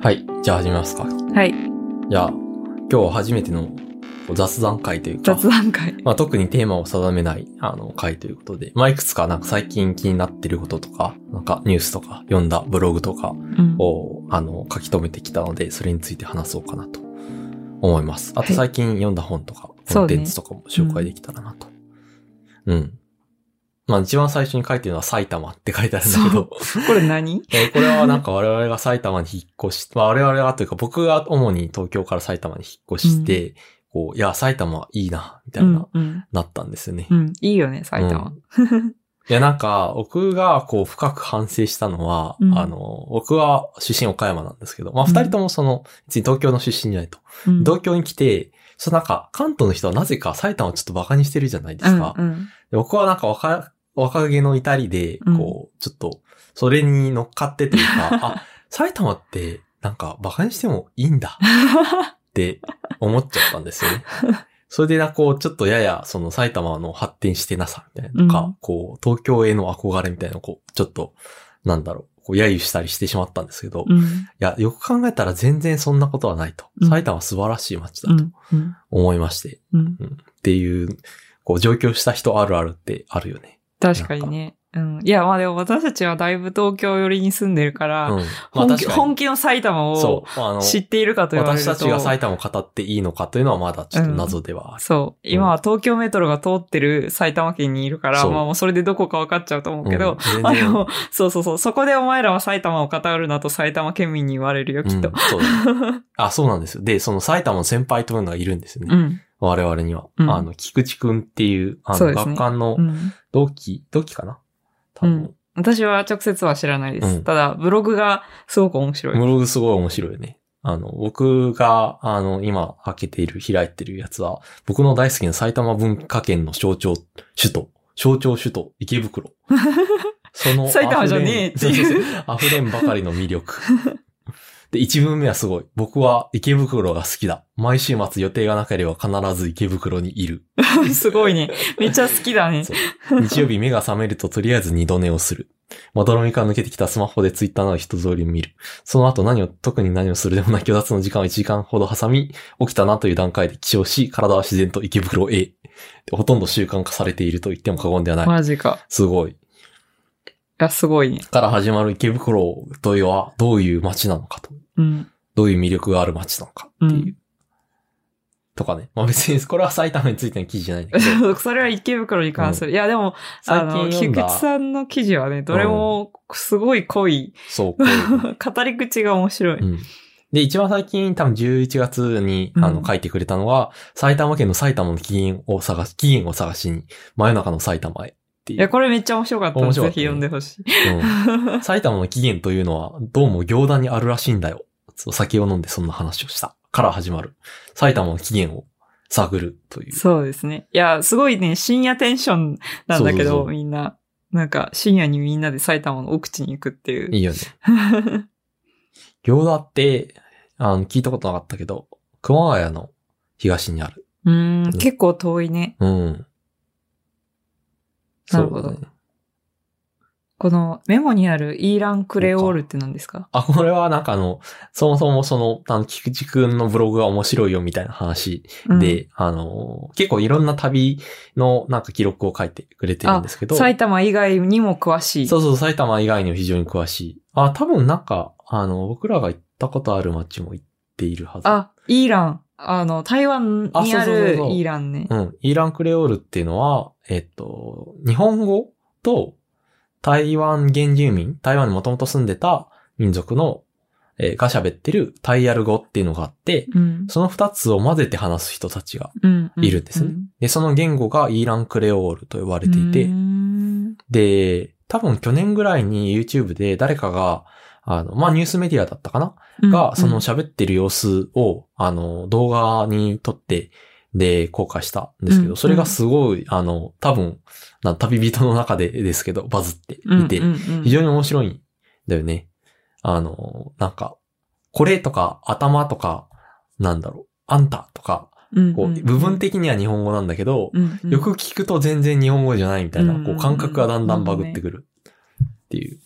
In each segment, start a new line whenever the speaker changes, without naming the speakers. はい。じゃあ始めますか。
はい。
じゃあ、今日初めての雑談会というか、
雑談会。
まあ、特にテーマを定めない、あの、会ということで、まあ、いくつかなんか最近気になってることとか、なんかニュースとか、読んだブログとか
うん
を、あの、書き留めてきたので、それについて話そうかなと思います。あ
は
と
い
最近読んだ本とか、コ
そ
ン
うね
テンツとかも紹介できたらなと。うん。まあ、一番最初に書いてるのは埼玉って書いてあるんだけど、
これ何
えーこれはなんか我々が埼玉に引っ越し、まあ我々がというか僕が主に東京から埼玉に引っ越して、こう、いや、埼玉いいな、みたいな、
うん。
なったんですよね。
うん。うんいいよね、埼玉。
いや、なんか、僕がこう深く反省したのは、
うん
あの、僕は出身岡山なんですけど、まあ
うん
二人ともその、別に東京の出身じゃないと。
うん
東京に来て、そのなんか、関東の人はなぜか埼玉をちょっと馬鹿にしてるじゃないですか。
うんうん
で僕はなんか若、若気の至りで、
うん
こう、ちょっと、それに乗っかってという か、あ、埼玉って、なんか、馬鹿にしてもいいんだって思っちゃったんですよ ね。それでな、こう、ちょっとやや、その埼玉の発展してなさみたいなのとか、
うん
こう、東京への憧れみたいなのをこう、ちょっと、なんだろう、こう、揶揄したりしてしまったんですけど、
う
い
ん
や、よく考えたら全然そんなことはないと。
うん
埼玉は素晴らしい街
う
だと
んうん
思いまして、
うん
っていう、こう、上京した人あるあるってあるよね。
確かにね。うん。いや、まあでも私たちはだいぶ東京寄りに住んでるから、
うん。まあ
本気
確か
本
に。
気の埼玉を
そう。あの、
知っているかと言われる
私
と。
たちが埼玉を語っていいのかというのはまだちょっと謎ではある。
そう。今は東京メトロが通ってる埼玉県にいるから、
そう
まあもうそれでどこか分かっちゃうと思うけど、
うん、
あの、そうそうそう。そこでお前らは埼玉を語るなと埼玉県民に言われるよ、き
全
っ
然
と。
うんそうだねあ、そうなんですよ。で、その埼玉の先輩というのがいるんですよね。
うん。
我々には。
うん
あの、菊池くんっていう、あ
そう
の、
ですね
学館の
うん。
同期、同期かな多分。
私は直接は知らないです。
うん
ただ、ブログがすごく面白い。
ブログすごい面白いよね。あの、僕が、あの、今、開けている、開いてるやつは、僕の大好きな埼玉文化圏の象徴、首都、象徴首都、池 袋。その、
埼玉じゃねえっていう
そうそうそう。溢れんばかりの魅力。 で、一文目はすごい。僕は池袋が好きだ。毎週末予定がなければ必ず池袋にいる。
すごいね。めっちゃ好きだね。
そう日曜日目が覚めるととりあえず二度寝をする。まどろみから抜けてきたスマホでツイッターなど人通りを見る。その後何を、特に何をするでもない虚脱の時間を1時間ほど挟み、起きたなという段階で起床し、体は自然と池袋へ。でほとんど習慣化されていると言っても過言ではない。
マジか。
すごい。
いや、すごいね。
から始まる池袋というのはどういう街なのかと。
うん。
どういう魅力がある街なのかっていう。
うん
とかね。まあ別に、これは埼玉についての記事じゃないんだけど。
それは池袋に関する。いや、でも、
最
あの、
近読ん
菊池
だ。
さんの記事はね、どれもすごい濃い。
そう、こういう
語り口が面白い。
うん。で、一番最近、多分11月に、あ
う
の、
ん
書いてくれたのは、埼玉県の埼玉の起源を探し、起源を探しに、真夜中の埼玉へって
い
いう。
や、これめっちゃ面白かったの
面
で、
白か
ぜ
った
ひ
ね
読んでほしい。
うん 埼玉の起源というのは、どうも行田にあるらしいんだよ。お酒を飲んでそんな話をした。から始まる。埼玉の起源を探るという。
そうですね。いや、すごいね、深夜テンションなんだけど、
そうそうそう
みんな。なんか、深夜にみんなで埼玉の奥地に行くっていう。
い いよね。行田って、あの、聞いたことなかったけど、熊谷の東にある。
うーん、結構遠いね。
うん。
なるほど
そうだね。
このメモにあるイーランクレオールって何ですか
あ、これはなんかあの、そもそもその、あの、菊池くんのブログが面白いよみたいな話で、あの、結構いろんな旅のなんか記録を書いてくれてるんですけ
うん
ど、
埼玉以外にも詳しい。
そうそう、埼玉以外にも非常に詳しい。あ、多分なんか、あの、僕らが行ったことある街も行っているはず。
あ、イーラン。あの、台湾にあ
あそうそうそう
る
そう
イーランね。
うん。イーランクレオールっていうのは、えっと、日本語と台湾原住民、台湾にもともと住んでた民族の、えーが喋ってるタイアル語っていうのがあって、
うん。
その二つを混ぜて話す人たちが。
うん。
いるんですねで、その言語がイーランクレオールと呼ばれていて、で、多分去年ぐらいに YouTube で誰かが、あの、まあ、ニュースメディアだったかなが、その
し
喋ってる様子を、あの、動画に撮って、で、公開したんですけ
う
ど、
ん
それがすごい、あの、多分、な旅人の中でですけど、バズっていて、非常に面白いんだよね。あの、なんか、これとか、頭とか、なんだろう、あんたとか、
に
こう、部分的には日本語なんだけど、よく聞くと全然日本語じゃないみたいな、
うん
こう感覚がだんだんバグってくるっていう。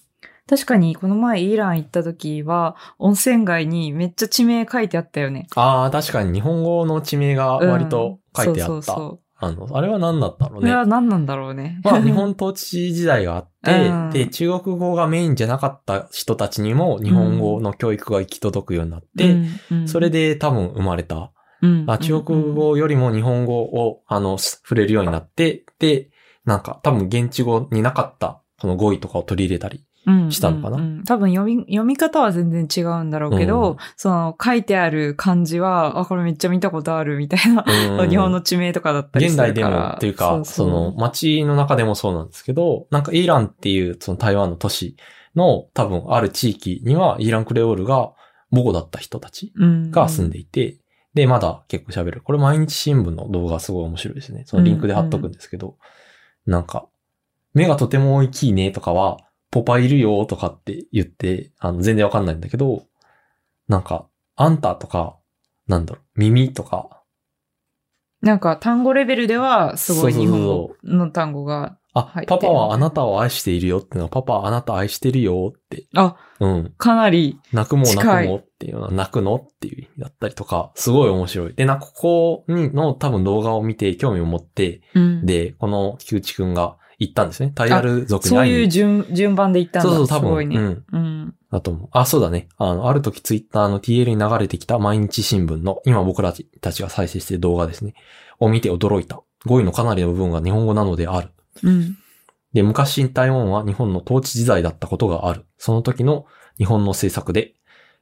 確かにこの前イラン行った時は、温泉街にめっちゃ地名書いてあったよね。
ああ、確かに日本語の地名が割と書いてあった。
うんそうそう
あの、あれは何だったろ
そうう。こ
ね
れ。は何なんだろうね。
まあ、日本統治時代があって、
うん
で、中国語がメインじゃなかった人たちにも日本語の教育が行き届くようになって、
うんうん
それで多分生まれた。
うん
あ中国語よりも日本語を、あの、す触れるようになって、で、なんか多分現地語になかった、この語彙とかを取り入れたり。したのかな
うんうんうん多分読み、読み方は全然違うんだろうけど、
うん
その書いてある漢字は、あ、これめっちゃ見たことあるみたいな、
うん
日本の地名とかだったり
現
するから。
代でもっていうか、そ
そうそう
の街の中でもそうなんですけど、なんかイランっていうその台湾の都市の多分ある地域にはイランクレオールが母語だった人たちが住んでいて、で、まだ結構喋る。これ毎日新聞の動画すごい面白いですね。そのリンクで貼っとくんですけど、なんか、目がとても大きいねとかは、ポパいるよとかって言って、あの、全然わかんないんだけど、なんか、あんたとか、なんだろう、耳とか、
なんか単語レベルでは、すごい
そう
日
そうそう
本語の単語が、
あ
入っ、て
パパはあなたを愛しているよってのは、パパはあなた愛してるよって。
あ、
うん。
かなり、
泣くも泣く
近
もっていうのは、泣くのっていう意味だったりとか、すごい面白い。で、な、ここにの多分動画を見て興味を持って、
うん
で、この菊池くんが行ったんですね。タイアル族に
そう
会い
いう
に。
順、順番でいったんだ。
そうそう、多
すご
分、
いね。
うん。
うん。
だと思う。あ、そうだね。あの、ある時ツイッターの TL に流れてきた毎日新聞の、今僕らたちが再生している動画ですね。を見て驚いた。語彙のかなりの部分が日本語なのである。
うん。
で、昔台湾は日本の統治時代だったことがある。その時の日本の政策で、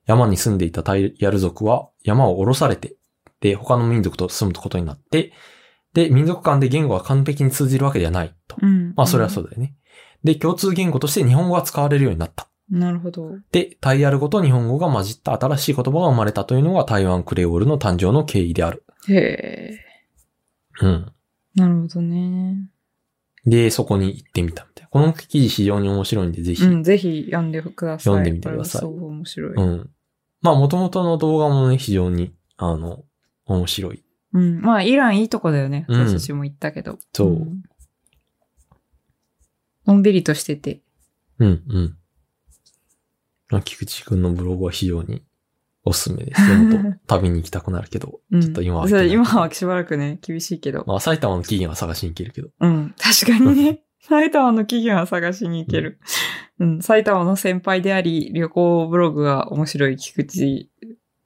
山に住んでいたタイヤル族は山を下ろされて、で、他の民族と住むことになって、で、民族間で言語が完璧に通じるわけではないと。
うん。。
まあ、それはそううだよね。で、共通言語として日本語が使われるようになった。
なるほど。
で、タイヤル語と日本語が混じった新しい言葉が生まれたというのが台湾クレオールの誕生の経緯である。
へえ。
うん。
なるほどね。
で、そこに行ってみたみたいな。この記事非常に面白いんで、ぜひ、
うん、ぜひ読んでください。
読んでみてください
これはすごい面白い。
うん。まあ、元々の動画もね、非常に、あの、面白い。
うん。まあ、イランいいとこだよね。
うん
私たちも行ったけど。
そうん
のんびりとしてて。
うん、うん。まあ菊池くんのブログは非常におすすめです。読むと旅に行きたくなるけど、
うん、
ちょっと今は行け
そ
な
う
い
今はしばらくね、厳しいけど。
まあ、埼玉の期限は探しに行けるけど。
うん。確かにね。 埼玉の企業は探しに行ける。うん。埼玉の先輩であり、旅行ブログが面白い菊池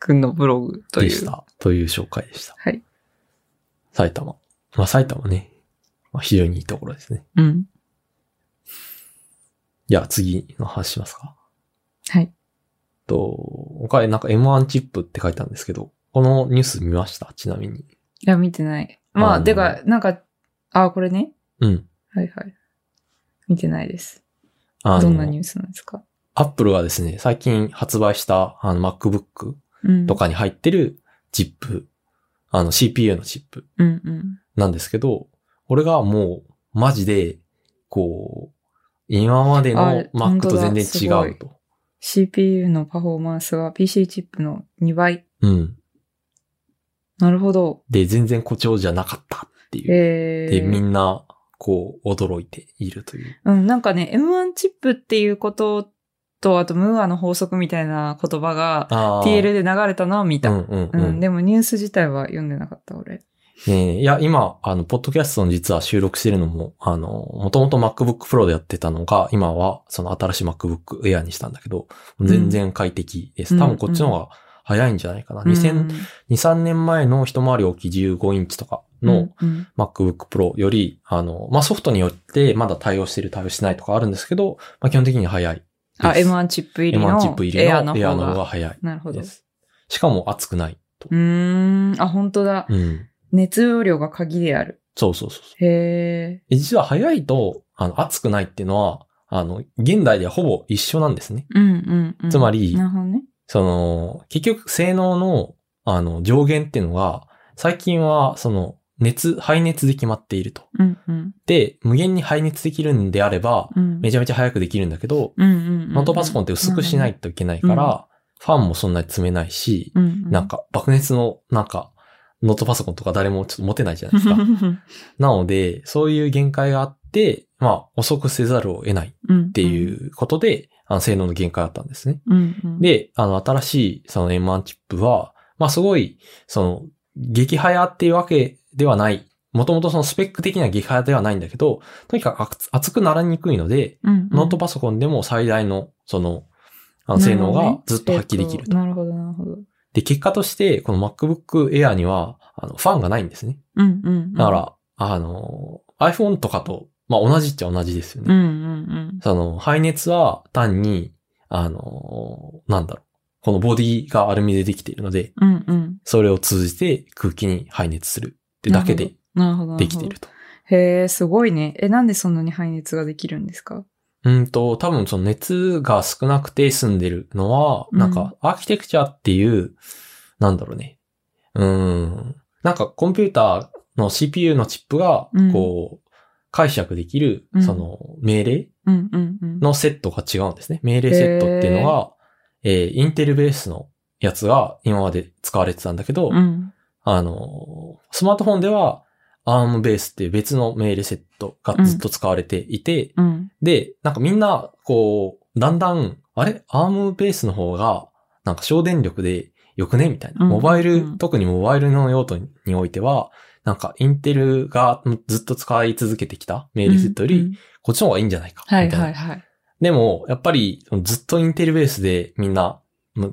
くんのブログと
で
い
し
う。
た。という紹介でした。
はい。
埼玉。まあ、埼玉ね。まあ、非常にいいところですね。
うん。
いや、次の話しますか。
はい。
と、他になんか M1 チップって書いたんですけど、このニュース見ましたちなみに。
いや、見てない。ま
あ
あ、
の
てか、なんか、あ、これね。
うん。
はいはい。見てないです。
あの
どんなニュースなんですか
アップルはですね、最近発売したあの MacBook
うん。
と。かに入ってるチップ、あの CPU のチップ
うんうん。
なんですけど、俺がもうマジで、こう、今まで
あ
の
本
Mac
当
と
だ
全然違
すご
う
い
と。
CPU のパフォーマンスは PC チップの2倍。
うん。
なるほど。
で、全然誇張じゃなかったっていう。で、
え
み
ー、
んな、こう、驚いているという。
うん、なんかね、M1 チップっていうことと、あとムーアの法則みたいな言葉が
あ
TL で流れたな、見
う
た。
んうん
う、
うんん。ね
でもニュース自体は読んでなかった、俺。
えいや、今、あの、ポッドキャストの実は収録してるのも、あの、もともと MacBook Pro でやってたのが、今は、その新しい MacBook Air にしたんだけど、全然快適です。
うん
多分こっちの方が早いんじゃないかな。2000、
うん
2、3年前の一回り大きい15インチとかの、、
うん、
MacBook Pro より、あの、まあ、ソフトによってまだ対応してる対応してないとかあるんですけど、まあ、基本的に早いです。
あ、M1 チップ入りの
M1 チップ入り
エア
の
の
Air の
方
方が
が。
早い
なるほど。
で
う
す。しかも熱くないと。
ーん、あ、本当だ。
うん。
熱容量が鍵である。
そうそうそうそう。
へ
で実は早いと、あの、熱くないっていうのは、あの、現代ではほぼ一緒なんですね。
ー。うんうん、うん。
つまり
なるほどね。
その、結局、性能の、あの、上限っていうのが、最近は、その、熱、排熱で決まっていると。
うんうん。
で、無限に排熱できるんであれば、
うん。
めちゃめちゃ早くできるんだけど、
うんうんうん。
ノートパソコンって薄くしないといけないから、
うん
ファンもそんなに積めないし、
うんうん。
なんか、爆熱の、なんか、ノートパソコンとか誰もちょっと持てないじゃないですか。なので、そういう限界があって、まあ、遅くせざるを得ない
っ
って
う
いうことで、あの、性能の限界だったんですね。
うんうん。、
で、あの、新しい、その M1 チップは、まあ、すごい、その、激早っていうわけではない。もともとそのスペック的には激早ではないんだけど、とにかく熱熱くならにくいので、
うんうん、
ノートパソコンでも最大の、その、あの性能がずっと発揮できると。
なるほどね、なるほど。なるほど
で、結果として、この MacBook Air には、あの、ファンがないんですね。
うんうんうん。
だから、あの、iPhone とかと、まあ、同じっちゃ同じですよね。
うんうん
その、排熱は単に、あの、なんだろう。このボディがアルミでできているので、
うん。うんうん。
それを通じて空気に排熱するってだけで
なるほど。なほど
できている。と。
へえ、すごいね。え、なんでそんなに排熱ができるんですか
うんと、多分その熱が少なくて済んでるのは、なんかアーキテクチャっていう、なんだろうね。うーん。なんかコンピューターの CPU のチップが
うん、
こう、解釈できる
う、ん
その命令
うんうんうん。
のセットが違うんですね。命令セットっていうのが、えーインテルベースのやつが今まで使われてたんだけど、
うん。
あの、スマートフォンでは ARM ベースっていう別の命令セットがずっと使われていて、
うん。
で、なんかみんな、こう、だんだん、あれアームベースの方が、なんか省電力でよくねみたいな。
うん
モバイル、
うん
特にモバイルの用途においては、なんかインテルがずっと使い続けてきたメールセットよ
う
り、
ん
こっちの方がいいんじゃないかみた
はいい
な。
はいはい。
でも、やっぱり、ずっとインテルベースでみんな、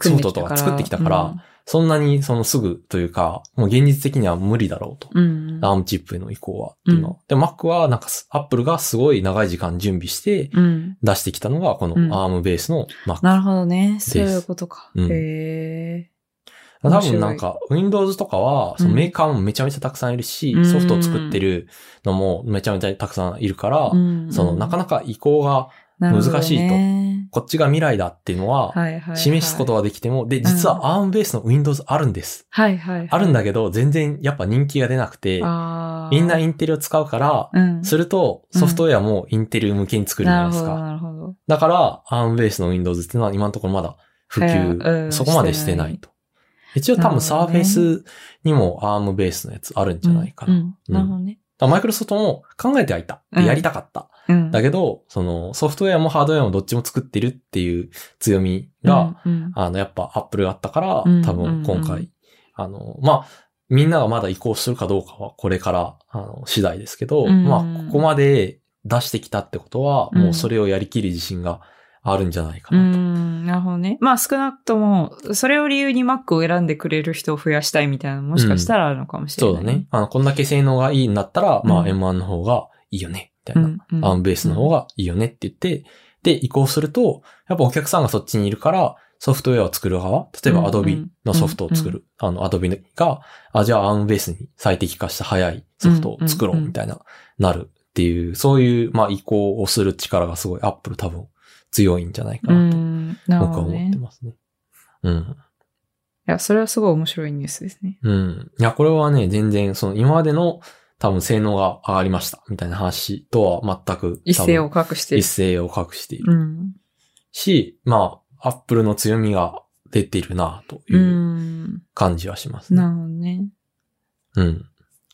ソフトとか作ってきたから、そんなにそのすぐというか、もう現実的には無理だろうと。
うん、うん。
アームチップへの移行はっていうのは。で、Mac はなんかす、Apple がすごい長い時間準備して、
うん。
出してきたのが、この
うん
ARM ベースの Mac。
なるほどね。
す
そういうことか。
うん
へえ。
多分なんか、Windows とかは、そのメーカーもめちゃめちゃたくさんいるし、
うん
ソフトを作ってるのもめちゃめちゃたくさんいるから、
うん
その、なかなか移行が、難しいと
なるほどね
こっちが未来だっていうのは、
はいはいはい。
示すことはできても、で、実は ARM ベースの Windows あるんです。
はいはいはい。
あるんだけど、全然やっぱ人気が出なくて、
あー
みんなインテルを使うから、
うん。
すると、ソフトウェアもインテル向けに作るじゃな
なる
いで
ほ
す
ど、
か。
なるほど。
だから、ARM ベースの Windows っていうのは今のところまだ普
は
及、
いうん
そこまでしてないと。一応多分
なるほ
サ
ど
ーフ
ね
ェイスにも ARM ベースのやつあるんじゃないかな。
う
だ
ん
か
うんなるほどね。
らマイクロソフトも考えてはいた。
う
で
ん
やりたかった。
うん。
だけど、そのソフトウェアもハードウェアもどっちも作ってるっていう強みが、
うんうん
あの、やっぱ Apple があったから、
うん
多分今
うんう
回
ん、
あの、まあ、みんながまだ移行するかどうかはこれから、あの、次第ですけど、
うん
まあ、ここまで出してきたってことは、
うん
もうそれをやりきる自信があるんじゃないか
う
なと。
ん、なるほどね。まあ少なくとも、それを理由に Mac を選んでくれる人を増やしたいみたいなのもしかしたらあるのかもしれ
そう
な
だ
い。
ね。。あの、こんだけ性能がいいんだったら、ま
う
あ
ん
M1 の方がいいよね、みた
う
いな。
んうん、
アームベースの方がいいよねって言って、で、移行すると、やっぱお客さんがそっちにいるから、ソフトウェアを作る側、例え
うん
ば
うん
Adobe のソフトを作る、あの Adobe が、あ、じゃあアームベースに最適化した早いソフトを作ろう
うんうんうん
みたいな、なるっていう、そういう、まあ移行をする力がすごい Apple 多分強いんじゃないか
う
なと、
ん、なる
僕
ほ
は
ど
思っ
ね
て。ますね。うん。
いや、それはすごい面白いニュースですね。
うん。いや、これはね、全然、その今までの多分性能が上がりました、みたいな話とは全く
一
多
世
分
を隠して
一。斉を隠している。
うん。。
し、まあ、アップルの強みが出ているな、といううん感じはしますね。
なるほどね。
うん。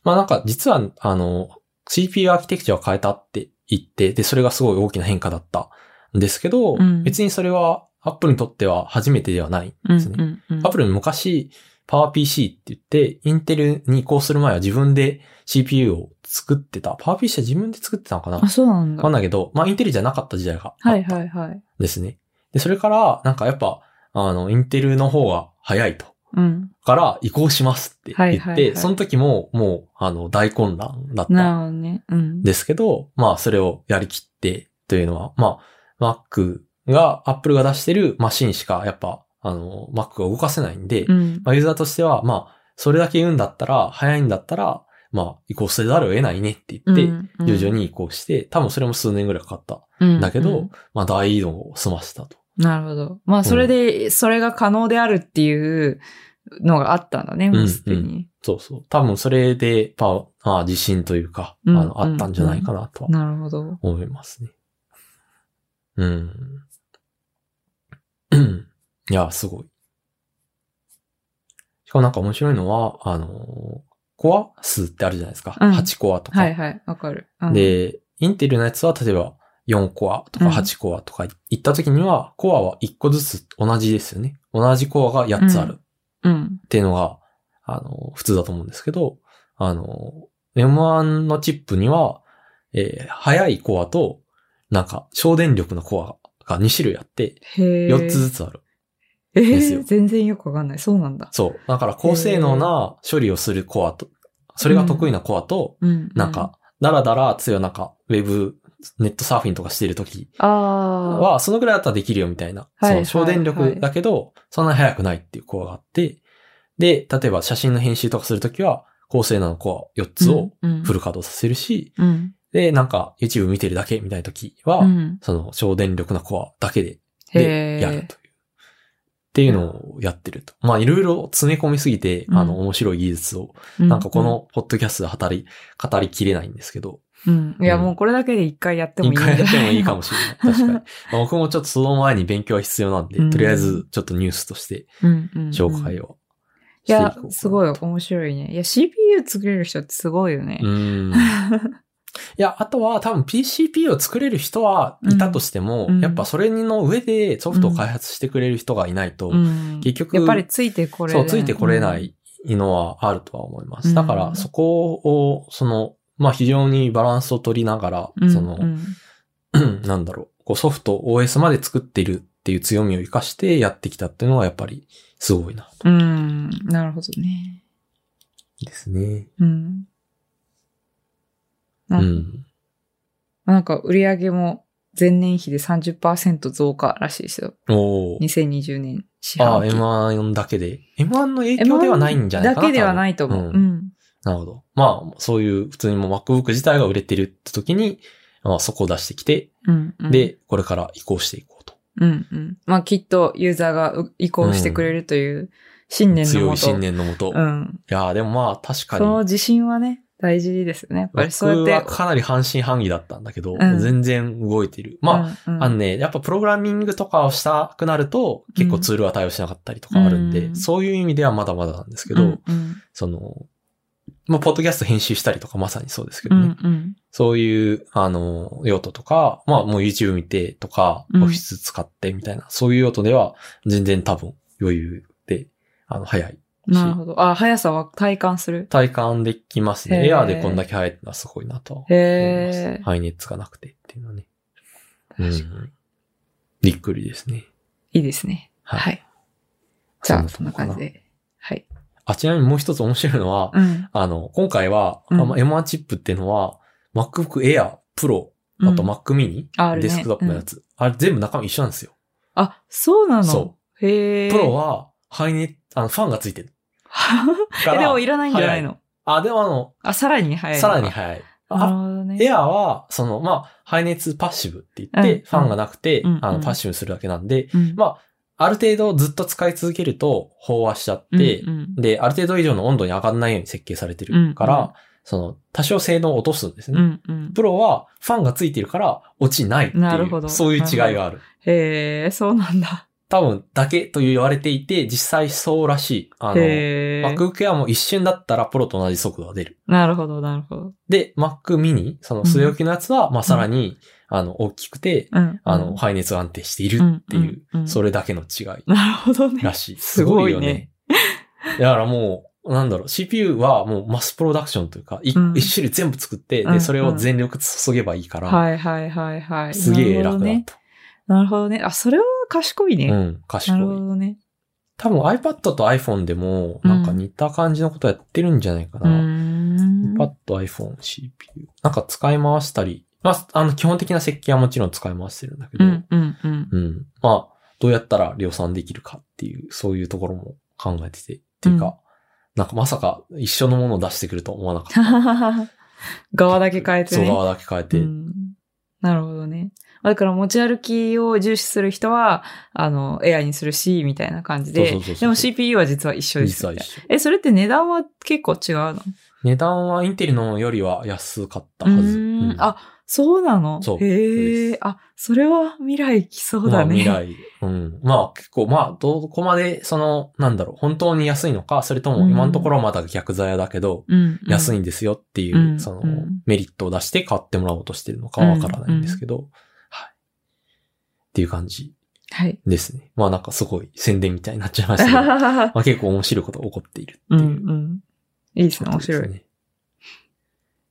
まあなんか、実は、あの、CPU アーキテクチャを変えたって言って、で、それがすごい大きな変化だったんですけど、
うん
別にそれはアップルにとっては初めてではないん
うん
ですね。
うんうん。
アップル昔、PowerPC って言って、インテルに移行する前は自分で CPU を作ってた。PowerPC は自分で作ってたのかな
あ、
わ
そうなんだ。
かんないけど、まあインテルじゃなかった時代があった
はいはいはい。
ですね。で、それから、なんかやっぱ、あの、インテルの方が早いと。
うん。
から移行しますって言って、
はいはいはい
その時ももう、あの、大混乱だっ
なる
たん
ほどね。うん。
ですけど、まあ、それをやりきってというのは、まあ、Mac が、Apple が出してるマシンしか、やっぱ、あの、Mac が動かせないんで、
うん。
まあ、ユーザーとしては、まあ、それだけ言うんだったら、早いんだったら、まあ、移行せざるを得ないねって言って、徐々に移行して、多分それも数年ぐらいかかった。
に
だけど、まあ、大移動を済ませたと。
なるほど。まあ、それで、それが可能であるっていうのがあったんだね、もうすでに。
そうそう。多分それで、パワー、まあ、自信というか、あ
うん
の、あったんじゃないかなとは
なるほど。
思いますね。うん。 うんいや、すごい。しかもなんか面白いのは、あの、コア数ってあるじゃないですか。
うん
8コアとか。
はいはい、わかる。うん、
で、インテルのやつは例えば4コアとか
うん
8コアとか行った時には、コアは1個ずつ同じですよね。同じコアが8つある。
うん。
っていうのが、あの、普通だと思うんですけど、あの、M1 のチップには、えー速いコアと、なんか、省電力のコアが2種類あって、
へえ。
4つずつある。
え
ですよ
ー全然よくわかんない。そうなんだ。
そう。だから、高性能な処理をするコアと、それが得意なコアと、
うん。
なんか、だらだら強いなんか、ウェブ、ネットサーフィンとかしてる時
うん。ああ。
は、そのぐらいだったらできるよみたいな。
はい
そう、省電
はいは
力
い
だけど、そんなに速くないっていうコアがあって、で、例えば写真の編集とかするときは、高性能のコア4つを
うん
フル稼働させるし、
うん。
で、なんか YouTube 見てるだけみたいなときは、
うん。
その省電力のコアだけで、
へ
で、
え
やるという。っていうのをやってると。まあ、いろいろ詰め込みすぎて、
うん
あの、面白い技術を、なんかこ、のポッドキャストで語り、語りきれないんですけど、
うん。うんいや、
うん
もうこれだけで一回やってもいい
一
んじゃ
回
な
やってもいいかも
し
しれない。確かに。まあ僕もちょっとその前に勉強は必要なんで、
うん
とりあえずちょっとニュースとして
れない。 うん。うん
紹介
を。
をし
い
ていこう
や
かな、
すごい。面白いね。いや、CPU 作れる人ってすごいよね
う。 ん。いや、あとは多分 PCP を作れる人はいたとしても、
うん
やっぱそれの上でソフトを開発してくれる人がいないと、
うん
結局
やっぱりついてこれ
そう、ついてこれな
うん
いのはあるとは思いま
う
す。
ん
だからそこを、その、まあ非常にバランスを取りながら、
うん
その
う、ん
なんだろう、こうソフト、OS まで作ってるっていう強みを生かしてやってきたっていうのはやっぱりすごいなと。
うん。なるほどね。
ですね。
うん。
う
な,、
ん。
なんか売り上げも前年比で30%増加らしいですよ。
おー
2020年四
あ
半
あ、
期。
M1 だけで。M1 の影響ではないんじゃないかな。。
だけではないいと思う。
多
う
分
ん。
なるほど。まあ、そういう、普通にもう MacBook 自体が売れてるって時に、まあ、そこを出してきて、
うん。うん、
で、これから移行していこうと。
うんうん。まあきっとユーザーがう移行してくれるという信念の
強
も
い
と。
信念のもと。
う
い
ん。
やーでもまあ、確か
その
に。
自信はね、大事ですよね。やっぱり
僕
そうや
は
って。
かなり半信半疑だったんだけど、
うん
全然動いてる。まあ、
うんうん
あのね、やっぱプログラミングとかをしたくなると、結構ツールは対応しなかったりとかあるんで、
うん
そういう意味ではまだまだなんですけど、
うんうん
その、まあ、ポッドキャスト編集したりとかまさにそうですけ
う
どね。
んうん。
そういう、あの、用途とか、まあもう YouTube 見てとか、
うん
オフィス使ってみたいな、そういう用途では全然多分余裕で、あの、早い。
なるほど。あ、速さは体感する。
体感できますね。
へー
エアーでこんだけ早いってのはすごいなとは思います。
へえ。
ハイネッツがなくてっていうのはね。う
確かに
ん。びっくりですね。
いいですね。
はい
はい。じゃあ、
そ
そ
ん
ん
な
な
とこかな
感じで。はい。
あ、ちなみにもう一つ面白いのは、
うん。
あの、今回は、
うん
あまあ M1 チップっていうのは、MacBook Air Pro、あと Mac mini、
あるね
デスクトップのやつ、あれ全部中身一緒なんですよ。
あ、そうなの
そ
へえ。
プロは、ハイネッあの、ファンがついてる。か
え、で
ら
も、いらないんじゃないの
あ、でもあの、
あ、さらに早い。
さらに早い。
なる
あ
ほどね。
エアーは、その、まあ、ハイネッツパッシブって言って、
うん
ファンがなくて、
うん
あ
う
の、
ん
パッシブするだけなんで、
うん、
まあ、ある程度ずっと使い続けると、飽和しちゃって、
うんうん
で、ある程度以上の温度に上がらないように設計されてるから、
うんうん
その、多少性能を落とすんですね。
うんうん。
プロはファンがついてるから落ちないって
ないる
う
ほ、ど
そういう違いがある。
へえ、そうなんだ。
多分だけと言われていて、実際そうらしい。あの、
へえ。
MacBook Air も一瞬だったらプロと同じ速度が出る。
なるほど、なるほど。
で、Mac mini、その据え置きのやつは、まあさらに、あの、大きくて、
うん。
あの、
うん
排熱が安定しているっていう、
うんうんうん
それだけの違い
なるほどね。
らしい。
すごいね。
だからもう、なんだろう、CPU はもうマスプロダクションというか、い一、
うん
種類全部作って、
うんう
で、
ん
それを全力注げばいいから、
はいはいはいはい。
すげえ
なるほ
楽
ど
だ
ね。
と。
なるほどね。あ、それは賢い
う
ね。
ん、
なる
賢
ほ
い。
どね。
多分 iPad と iPhone でも、なんか似た感じのことやってるんじゃないか
うー
な。
ん。
iPad、iPhone、CPU。なんか使い回したり、まあ、あの、基本的な設計はもちろん使い回してるんだけ
う
ど、
んうんうん。
うんまあ、どうやったら量産できるかっていう、そういうところも考えてて、っていうか、
うん
なんかまさか一緒のものを出してくると思わなかった。
側だけ変えてね。
そう側だけ変えて。
うんなるほどね。だから持ち歩きを重視する人は、あの、エアにするし、みたいな感じで。
そうそうそうそう
でも CPU は実は一緒です
実
よ
は
ね
一緒。
え、それって値段は結構違うの
値段はインテリのよりは安かった
う
はず。
ーん
うん
あ、そうなの
そう
へ
で
え。あ、それは未来来そ
ま
う
あ
だね。
未来。うん。まあ結構、まあどこまで、その、なんだろう、本当に安いのか、それとも今のところはまだ逆座屋だけど、
うん、うん。
安い
い。
んですよっていう、
うん
その
うん、
メリットを出して買ってもらおうとしてるのかはわからないんですけど、っていう感じ
はい。
ですね。まあなんかすごい宣伝みたいになっちゃいましたけ ど、まあ結構面白いことが起こっている
う
っ
ん
て
う。
いうん
いいですね、面白
こと
い。
ですね。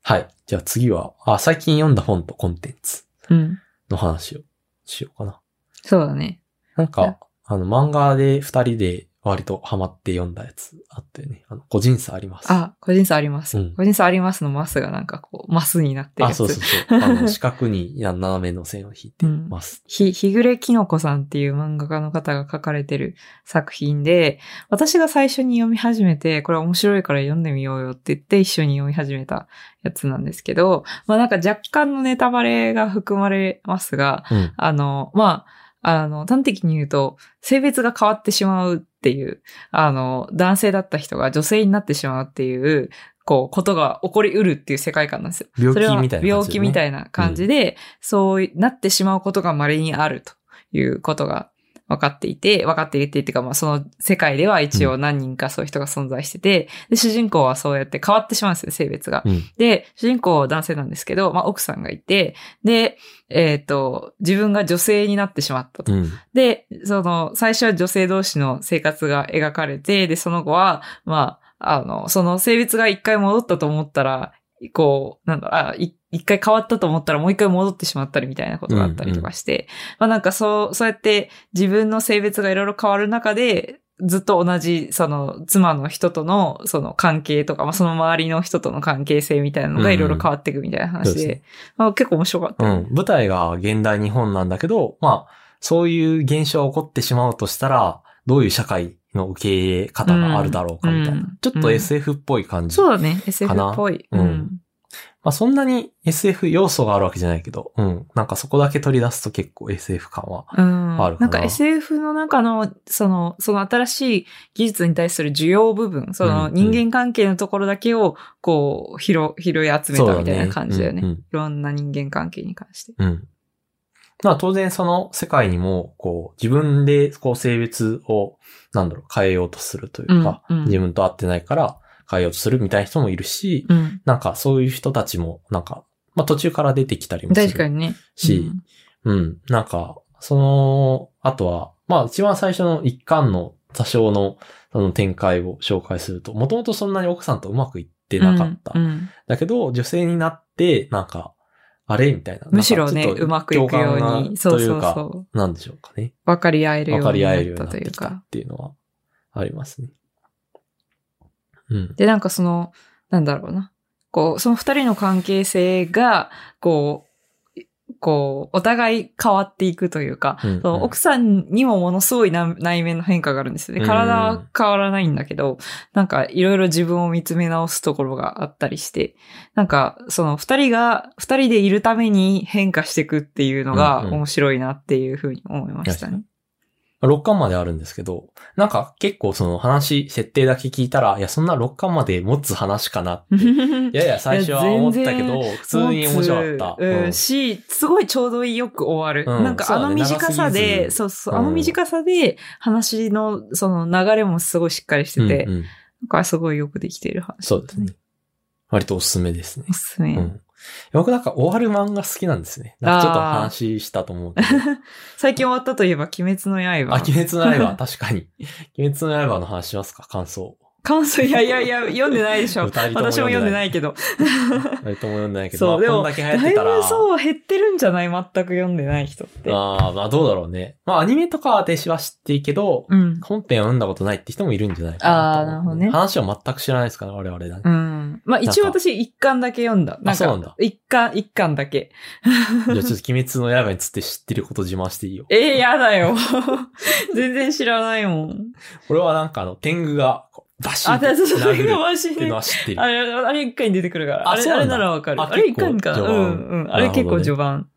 はい。じゃあ次は、あ、最近読んだ本とコンテンツ
うん。
の話をしようかな。
そうだね。
なん
うん
か、あの漫画で二人で割とハマって読んだやつあったよね。あの、個人差あります。
あ、個人差あります。
うん
個人差ありますのマスがなんかこう、マスになってる
あ、
やつ。
そうそうそう。あ の、四角に斜めの線を引いてます。
ひ、ひぐれきのこさんっていう漫画家の方が書かれてる作品で、私が最初に読み始めて、これ面白いから読んでみようよって言って一緒に読み始めたやつなんですけど、まあなんか若干のネタバレが含まれますが、
うん。
あの、まあ、あの、端的に言うと、性別が変わってしまうっていう、あの、男性だった人が女性になってしまうっていう、こう、ことが起こりうるっていう世界観なんですよ。
病
そ
気
れは
みたいな感じ、ね。
病気み
い。
たいな感じで、そうなってしまうことが稀にあるということが分かっていて、分かっていてっていうか、まあその世界では一応何人かそういう人が存在してて、で、主人公はそうやって変わってしまうんですよ、性別が。
うん。
で、主人公は男性なんですけど、まあ奥さんがいて、で、えっ、と、自分が女性になってしまったと。
うん。
で、その、最初は女性同士の生活が描かれて、で、その後は、まあ、あの、その性別が一回戻ったと思ったら、こう、なんだろう、あ、い一回変わったと思ったらもう一回戻ってしまったりみたいなことがあったりとかして、まあなんかそう、そうやって自分の性別がいろいろ変わる中で、ずっと同じ、その、妻の人との、その関係とか、まあその周りの人との関係性みたいなのがいろいろ変わっていくみたいな
うんうんそう
話で、
ですね
まあ結構面白かった
う
よね、
ん。舞台が現代日本なんだけど、まあ、そういう現象が起こってしまうとしたら、どういう社会の受け入れ方があるだろうかみたいな。
うん
ちょっと SF っぽい感じ。
そうだね、SF っぽい。
かなうんまあそんなに SF 要素があるわけじゃないけど、うん。なんかそこだけ取り出すと結構 SF 感は。
うん
あるか
な
なん
か SF の中の、その、その新しい技術に対する需要部分、その
うん
人間関係のところだけを、こう、拾、拾い集めたみたいな感じだよね。
うん
い
うん
ろんな人間関係に関して。
うん。まあ当然その世界にも、こう、自分でこう性別を、なんだろう、変えようとするというか、
うんうん
自分と合ってないから変えようとするみたいな人もいるし、
うん。
なんかそういう人たちも、なんか、まあ途中から出てきたりもす
確か
る
にね。
し、うん、なんか、その、あとは、まあ一番最初の一巻の多少のその展開を紹介すると、もともとそんなに奥さんとうまくいって
うん、
なかった。
うんうん
だけど、女性になって、なんか、あれみたいな。
むしろね、
なんかちょっ
う
と
まくいくよ
共
う
感
に、
が
そうそ
という
う
か
そう。
なんでしょうかね。
分かり合えるよ
分
う
か
に
り合えるよう
な
に
った
な
と
っ
い
て
う
きた
か
っ。ていうのは、ありますね。うん。
で、なんかその、なんだろうな。こう、その二人の関係性が、こう、こう、お互い変わっていくというか、
うん
その奥さんにもものすごいな内面の変化があるんですよ
う
ね。
ん
体は変わらないんだけど、なんかいろいろ自分を見つめ直すところがあったりして、なんかその二人が、二人でいるために変化していくっていうのが
うんうん
面白いなっていうふうに思いましたね。
6巻まであるんですけど、なんか結構その話、設定だけ聞いたら、いや、そんな6巻まで持つ話かなって。いやいや、最初は思ったけど、普通に面白かった。
うん、
うん
し、すごいちょうどいいよく終わる。
うん
なんかあの
そうだね
短さ
長すぎ
で、
ず
そうそう、
うん
あの短さで話のその流れもすごいしっかりしてて、
うんうん
なんかすごいよくできている話。
そうですね。割とおすすめですね
お。すすめ。
うん。僕なんか終わる漫画好きなんですね。なんかちょっと話したと 思うけど。
最近終わったといえば、鬼滅の
あ、
刃
鬼。滅の 刃、確かに。鬼滅の刃の話しますか感想。
感想、いやいやいや、読んでないでしょ。
二人とも
私も読んでないけど。
誰とも読んでないけど、
そう、
まあ
でも、
こんだけ流行っ
だ
て
い
たら。
ぶそう、減ってるんじゃない全く読んでない人って。
ああ、まあどうだろうね。まあアニメとかは私は知っていいけど、
うん。
本編は読んだことないって人もいるんじゃないかなと思う。
あーなるほどね
話は全く知らないですから、我々だね。
うん。まあ一応私一巻だけ読んだ。なん
そうなん
か
だ、
一巻、一巻だけ。
じゃあちょっと鬼滅の刃につって知ってること自慢していいよ。
えー、やだよ。 全然知らないもん。
これはなんかあの、天狗がこうバシッ
あ、
て
だそうそう、そ
殴
れ
る
が
っ
マジ
ていう
で
のは。知ってる
あ。れ、あれ一回に出てくるから。
あ
あれ、
そう
あ
な
れ
んだ
ならわかる。
あ
あれ一
結構
回かな。
序
う
盤
んうん。あれ結構序盤。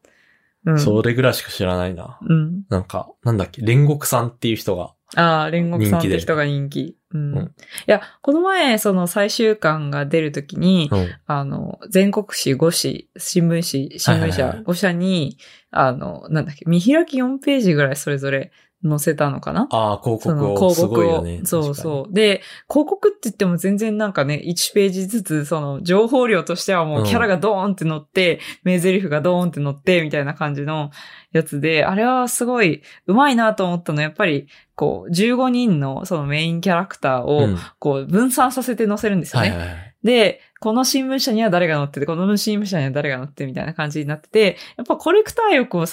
うん。
それぐらいしか知らないな。
うん。
なんか、なんだっけ、煉獄さんっていう人が。
ああ、煉獄さんっ
人気で
て人が人気。うん。
うん
いや、この前、その最終巻が出るときに、
うん。
あの、全国紙5紙、新聞紙、新
はい
聞
はいはい
社5社に、あの、なんだっけ、見開き4ページぐらいそれぞれ、載せたのかな
ああ、広
そ
告
の
を。
広
す
告
ごいよ
を。
ね。
そうそう。で、広告って言っても全然なんかね、1ページずつ、その、情報量としてはもうキャラがドーンって乗って、名台詞がドーンって乗って、みたいな感じのやつで、あれはすごい、うまいなと思ったのは、やっぱり、こう、15人のそのメインキャラクター
確かに。
を、
うん
こう、分散させて載せるんですよ
は
ね。
いはいはい。
で、この新聞社には誰が乗ってて、この新聞社には誰が乗っててみたいな感じになってて、やっぱコレクター欲を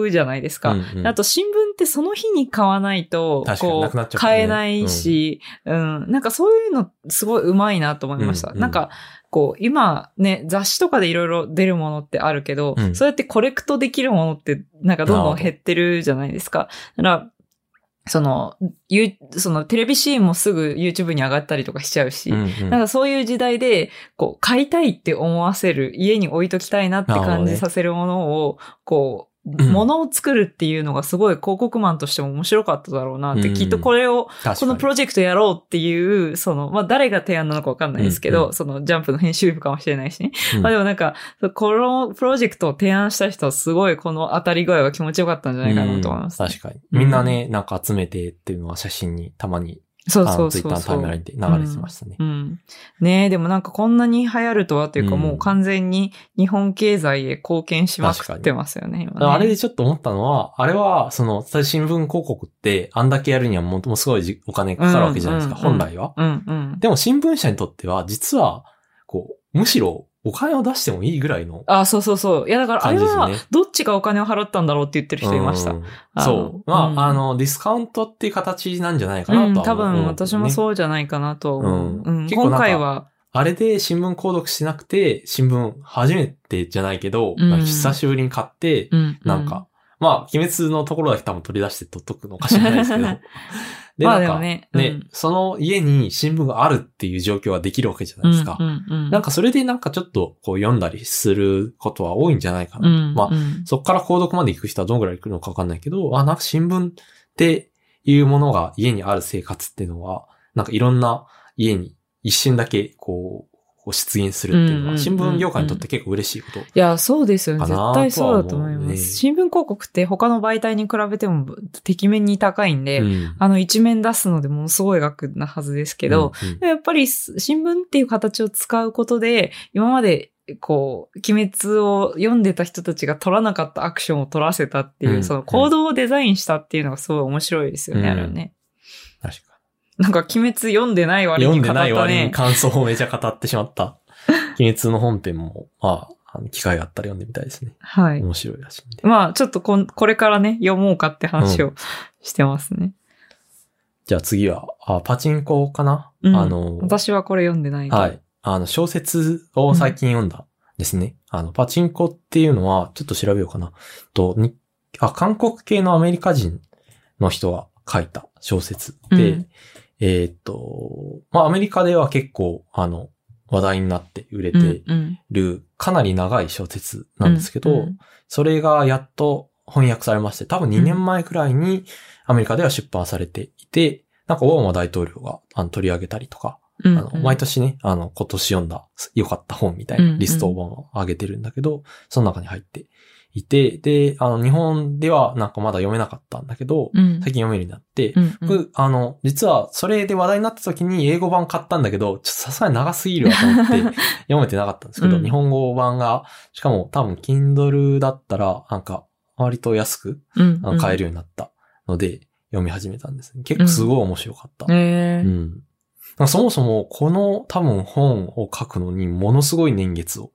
誘うじゃないですか。
うんうん
あと新聞ってその日に買わないと
確、かに
こ
なく
う
なっちゃうからね
買えないし、うん、なんかそういうのすごい上手いなと思いました。
うんうん
なんか、こう、今ね、雑誌とかでいろいろ出るものってあるけど、
うん
そうやってコレクトできるものって、なんかどんどん減ってるじゃないですか。だから、その、ゆそのテレビシーンもすぐ YouTube に上がったりとかしちゃうし、
うんうん
なんかそういう時代で、こう、買いたいって思わせる、家に置いときたいなって
なるほ
感
どね
じさせるものを、こ
う
う、
ん
物を作るっていうのがすごい広告マンとしても面白かっただろうなって、
うん
きっとこれを、
確か
こ
に
のプロジェクトやろうっていう、その、まあ誰が提案なのかわかんないですけど、
うんう
そのジャンプの編集部かもしれないしね。
うん
まあでもなんか、このプロジェクトを提案した人はすごいこの当たり具合が気持ちよかったんじゃないかなと思います、
うん確かに。みんなね、なんか集めてっていうのは写真にたまに、
そう
あ
そ
の、
う
ツイッ
そ
ターのタイ
うそう
ム。ラインで流れてましたね
う。ん。ねえ、でもなんかこんなに流行るとはというか、
うん
もう完全に日本経済へ貢献しまくってますよね、今ね
あれでちょっと思ったのは、あれは、その、新聞広告って、あんだけやるにはもう、もうすごいじお金かかるわけじゃないですか、
うんうんうん
本来は。
うんうん。
でも新聞社にとっては、実は、こう、むしろお金を出してもいいぐらいの
あ、そうそうそう。いや、だからあ
感
れ
じですよ
は
ね、。
どっちがお金を払ったんだろうって言ってる人いました
う。ん
あの
そう。まあ、
うん
あの、ディスカウントっていう形なんじゃないかなとは
う
思
ん、
う
多分私も
う。
そうじゃないかなと思う。
うん
うん
結構なん
今
か
回は、
あれで新聞購読してなくて、新聞初めてじゃないけど、
うん
なんか久しぶりに買って、
うん。
なんか、まあ、鬼滅のところだけ多分取り出して取っとくのかしらないですけど。 で、
ま
な
あ
ん
で
か、
も
ね
ねうん
その家に新聞があるっていう状況はできるわけじゃな
う
い
ん、
ですか。
うんうん。
なんかそれでなんかちょっとこう読んだりすることは多いんじゃないかな。
うん、
まあ
う、ん
そっから購読まで行く人はどんぐらい行くのかわかんないけど、あ、なんか新聞っていうものが家にある生活っていうのは、なんかいろんな家に一瞬だけこう、こう出現するっていうの
うんうんうんう
は、
ん
新聞業界にとって結構嬉しいこと。
いや、そうですよね。
かな
絶
ー
対そうだと思い
とは思う
ま
ね
す。新聞広告って他の媒体に比べても、てきめんに高いんで、
うん
あの、一面出すのでものすごい額なはずですけど、、
うんうん
やっぱりす新聞っていう形を使うことで、今まで、こう、鬼滅を読んでた人たちが取らなかったアクションを取らせたっていう、
うん
その行動をデザインしたっていうのがすごい面白いですよね、
うん
あれはね。
確かに
なんか、鬼滅読んでない割
読
に
んで
語った
ない割に
ね。
感想をめちゃ語ってしまった。 鬼滅の本編も、まあ、あの機会があったら読んでみたいですね。
はい。
面白いらしいんで。
まあ、ちょっとこん、これからね、読もうかって話をしてますね。
じゃあ次は、あパチンコかな、
うん
あの、
私はこれ読んでない。
は。い。あの、小説を最近読んだですね。あの、パチンコっていうのは、ちょっと調べようかな。と、に、あ、韓国系のアメリカ人の人が書いた小説で、
うん
えーっと、まあ、アメリカでは結構、あの、話題になって売れ
うん、
て
うん。
る、かなり長い小説なんですけど、
うんうん
それがやっと翻訳されまして、多分2年前くらいにアメリカでは出版されていて、なんかオバマ大統領があの取り上げたりとか、
う
あ
ん
の毎年ね、あの、今年読んだ良かった本みたい
うんう
なんリストを上げてるんだけど、その中に入っていて、で、あの、日本ではなんかまだ読めなかったんだけど、
うん
最近読めるようになって、
うんうん
僕、あの、実は、それで話題になった時に英語版買ったんだけど、ちょっとさすがに長すぎるわと思って 読めてなかったんですけど、
うん
日本語版が、しかも多分 Kindle だったら、なんか、割と安く
うん
あの買えるようになったので、読み始めたんですね。結構すごい面白かった。
うんえ
う
ー
ん。まあそもそも、この多分本を書くのにものすごい年月を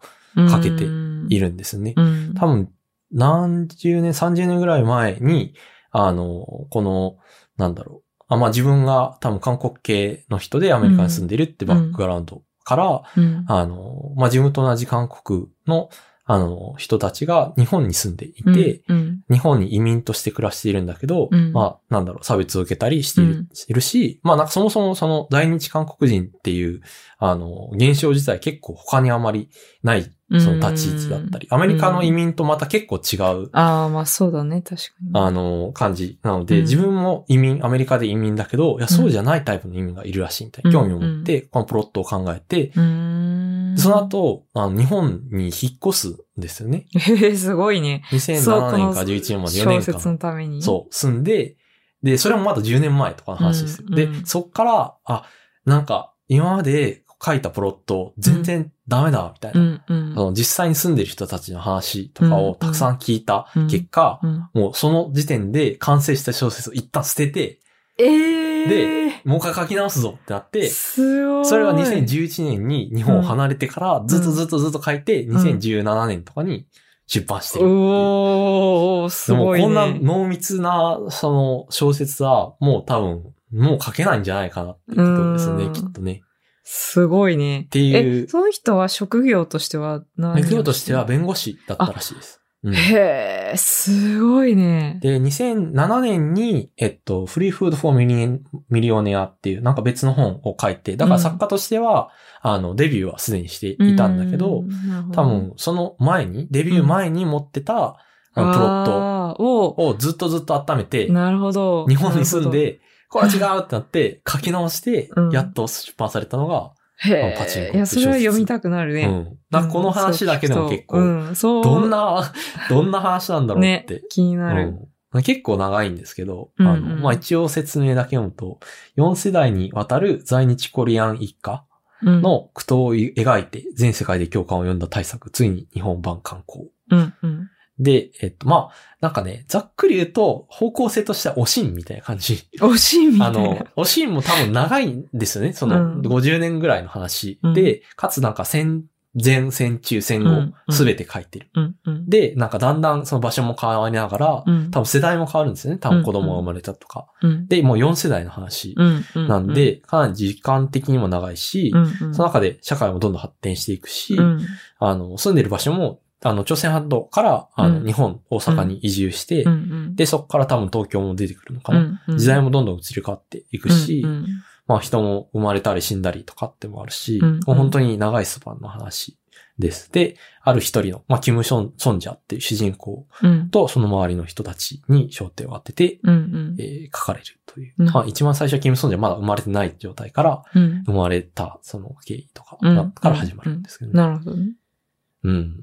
かけているんですよね。
うん
多分、何十年、30年ぐらい前に、あの、この、なんだろう。あまあ、自分が多分韓国系の人でアメリカに住んでるってバックグラウンドから、
うん
あの、まあ、自分と同じ韓国の、あの、人たちが日本に住んでいて、
うん
日本に移民として暮らしているんだけど、
うん
まあ、なんだろう、差別を受けたりしている,、
うん
してるし、まあ、なんかそもそもその在日韓国人っていう、あの、現象自体結構他にあまりない、
うん
その立ち位置だったり、アメリカの移民とまた結構違う、
ああ、まあそうだね、確かに。
あの、感じなので、
うん
自分も移民、アメリカで移民だけど、いや、そうじゃないタイプの移民がいるらしいみたいな、
う
興
ん
味を持って、このプロットを考えて、
うーん。
その。 後、あの日本に引っ越すんですよね。
えー、すごいね。そう
2007
こ
年
の
か11年まで4
小
年間。
説のために。
そう、住んで、で、それもまだ10年前とかの話ですよ。
うんうん
で、そっから、あ、なんか、今まで書いたプロット、全然ダメだ、みたいな。
うんうん
その実際に住んでる人たちの話とかをたくさん聞いた結果、
うん
もうその時点で完成した小説を一旦捨てて、
えー、
もう一回書き直すぞってなって、
すごい。
それが2011年に日本を離れてからずっとずっとずっと書いて、
ん
2017年とかに出版してるっていう。
おー、す
でも
ごい、ね。
こんな濃密な、その小説はもう多分、もう書けないんじゃないかなっていうところです
う
ね、
ん
きっとね。
すごいね。って
いう
え、その人は職業としては何を
勉強としては弁護士だったらしいです。うん
へえ、すごいね。
で、2007年に、えっと、フリーフードフォーミリオミリオネアっていう、なんか別の本を書いて、だから作家としては、あの、デビューはすでにしていたんだけど、
うん、なるほど
多分、その前に、デビュー前に持ってた、あのプロット
あーを、
をずっとずっと温めて、
なるほど。
日本に住ん
なる
で、これは違うってなって、書き直して
うん、
やっと出版されたのが、
ほど、へ
パチンコっ
ー
て
いや、それ
小
は
説
読みたくなる
う
ね。
ん。だからこの話だけでも結
う
構、
ん、そう。
どんな、 どんな話なんだろうっ
ね
て。、
気になる。
うん、結構長いんですけど、
うん
あ
う
の
ん
まあ、一応説明だけ読むと、4世代にわたる在日コリアン一家
うん、
の苦闘を描いて全世界で共感を呼んだ大作、ついに日本版刊行。
うん、うん。
で、えっと、まあ、なんかね、ざっくり言うと、方向性としてはおしんみたいな感じ。
惜しいみた
あ
いな。
の、おしんも多分長いんですよね。そ
うん
の、50年ぐらいの話。
うん
で、かつなんか戦前、戦中、戦
う
後
ん、うん
すべて書いてる。
うん、うん。
で、なんかだんだんその場所も変わりながら、
うん
多分世代も変わるんですよね。多分子供が生まれたとか。
うん、
で、もう4世代の話
うん、う
なんで、かなり時間的にも長いし
う、ん、うん、
その中で社会もどんどん発展していくし、
うん、
あの、住んでる場所も、あの、朝鮮半島から、あ
うん
の、日本、大阪に移住して
う、ん、
で、そこから多分東京も出てくるのか
う
な。
ん、うん、
時代
も
もどんどん移り変わっていくし、まあ人も生まれたり死んだりとかってもあるし、
うん
もう本当に長いスパンの話です。で、ある一人の、まあキム・ション、ソンジャーっていう主人公
うん、
とその周りの人たちに焦点を当てて、
うん、
えー書かれるという。
うん
まあ一番最初はキム・ソンジャーまだ生まれてない状態から
うん。
生まれたその経緯とか
うん
から始まるんですけどね。
なるほどね。
うん。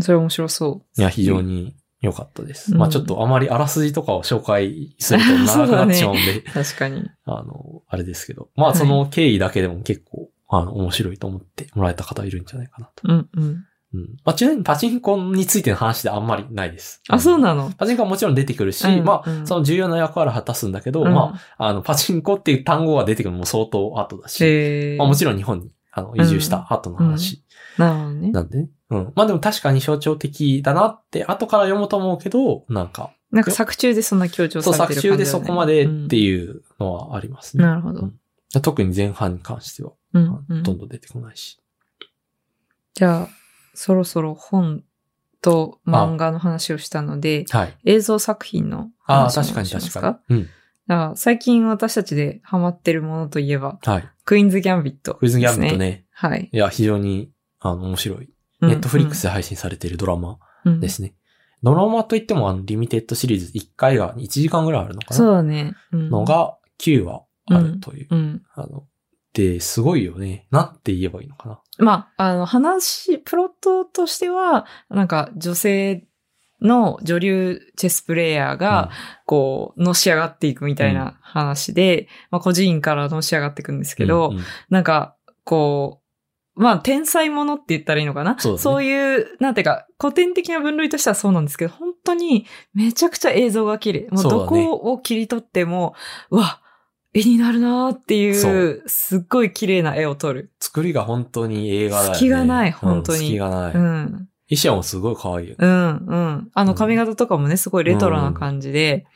それ面白そう。
いや、非常に良かったです。
うん
まあちょっとあまりあらすじとかを紹介すると長くなってしまうんで、
確かに。
あの、あれですけど。まあ、その経緯だけでも結構、あの、面白いと思ってもらえた方いるんじゃないかなと。
うんうん。
うん。まあ、ちなみにパチンコについての話であんまりないです。
あ、そうなの
パチンコはもちろん出てくるし、
うん
ま
う
あ、
ん
その重要な役割を果たすんだけど、まあ、あの、パチンコっていう単語が出てくるのも相当後だ
うん
し、
へえ。
まあ、もちろん日本に、あの、移住した後の話
なるほどね。
なんでね。うん。まあ、でも確かに象徴的だなって、後から読むと思うけど、なんか、
なんか作中でそんな強調
そう、
され
作
てる感じ、ね、
中でそこまでって
う
いうのはあります
ん。
ね。
なるほど。
特に前半に関しては。
うん、うん。
どんどん出てこないし。
じゃあ、そろそろ本と漫画の話をしたので、
はい。
映像作品の
ああ、
話を
確
し
か
ま
に
す
確
か
かに。うん。
だから最近私たちでハマってるものといえば、
はい。
クイーンズ・ギャンビット、
クイズギャンビット。ね。
はい。
いや、非常に、あの、面白い。
うん
ネットフリックスで配信されているドラマ
うん
ですね。ドラマといっても、あの、リミテッドシリーズ1回が1時間ぐらいあるのか
そう
な
だね。うん
の、が9話あるという。
うん。
あの、で、すごいよね。なんて言えばいいのかな。
まあ、あの、話、プロットとしては、なんか女性の女流チェスプレイヤーが、こう、のし上がっていくみたいな話で、まあ、個人からのし上がっていくんです
うん、
けど、
うんうん
なんか、こう、まあ、天才ものって言ったらいいのかな
そうですね
いう、なんていうか、古典的な分類としてはそうなんですけど、本当にめちゃくちゃ映像が綺麗。もう
そうだ
ど
ね
こを切り取っても、うわ、絵になるなーってい、
そう
すっごい綺麗な絵を撮る。
作りが本当に映画だよね。
隙がない本当に
うん隙がない。
う
衣
ん。
装もすごい可愛いよね。
うん、うん。あ
う
の
ん
髪型とかもね、すごいレトロな感じで、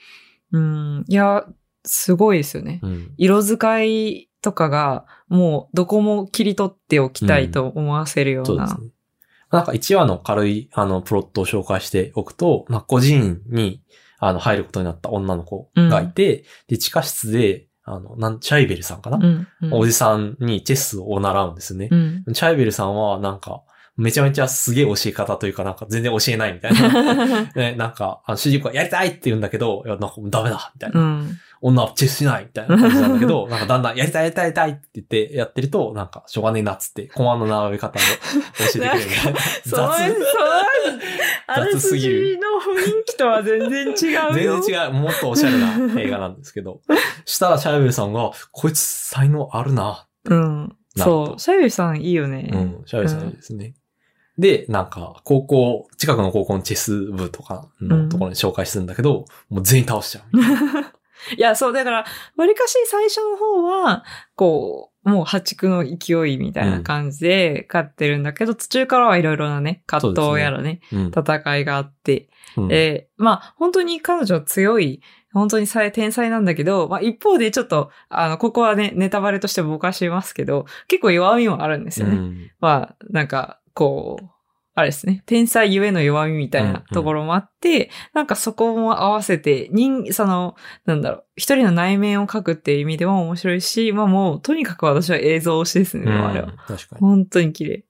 うん、いや、すごいですよね。
うん。
色使いとかが、もうどこも切り取っておきたいと思わせるよ
そううで
な。
すね。なんか1話の軽い、あの、プロットを紹介しておくと、まあ、個人に、あの、入ることになった女の子がいて、で、地下室で、あの、なん、チャイベルさんかな、
うんうん
おじさんにチェスを習うんですね
う。ん
チャイベルさんは、なんか、めちゃめちゃすげえ教え方というか、なんか全然教え ないみたいな。ね、なんか、あの主人公はやりたいって言うんだけど、いや、なんかダメだみたいうな。
ん
女はチェスしないみたいな感じなんだけど、 なんかだんだんやりたいやりたいやりたいって言ってやってると、なんかしょうがねえなっつって、コマの並べ方を教えてくれるみたいな。
その、その
雑、
あら
雑
す
すぎる
じの雰囲気とは全然違うよ。
全然違う、もっとおしゃれな映画なんですけ ど。したらシャイベルさんが、こいつ才能あるな。
うん。
なるほ
そ
ど
う。シャイビさんいいよね。
うん、シャイベルさんいいですね。で、なんか、高校、近くの高校のチェス部とかのところに紹介するんだけど、もう全員倒しちゃう。
いや、そう、だから、わりかし最初の方は、こう、もう破竹の勢いみたいな感じで勝ってるんだけど、途中からはいろいろなね、葛
そうです
藤
ね
やらね、
うん。
戦いがあって、
うん
えーまあ、本当に彼女は強い、本当にさ天才なんだけど、まあ、一方でちょっと、あの、ここはね、ネタバレとしてぼかしますけど、結構弱みもあるんですよね。
うん
まあ、なんか、こう、あれですね。天才ゆえの弱みみたいなところもあって、なんかそこも合わせて、人、その、なんだろう、一人の内面を描くっていう意味でも面白いし、まあもう、とにかく私は映像推しですね、
うん
あれは。
確かに。
本当に綺麗。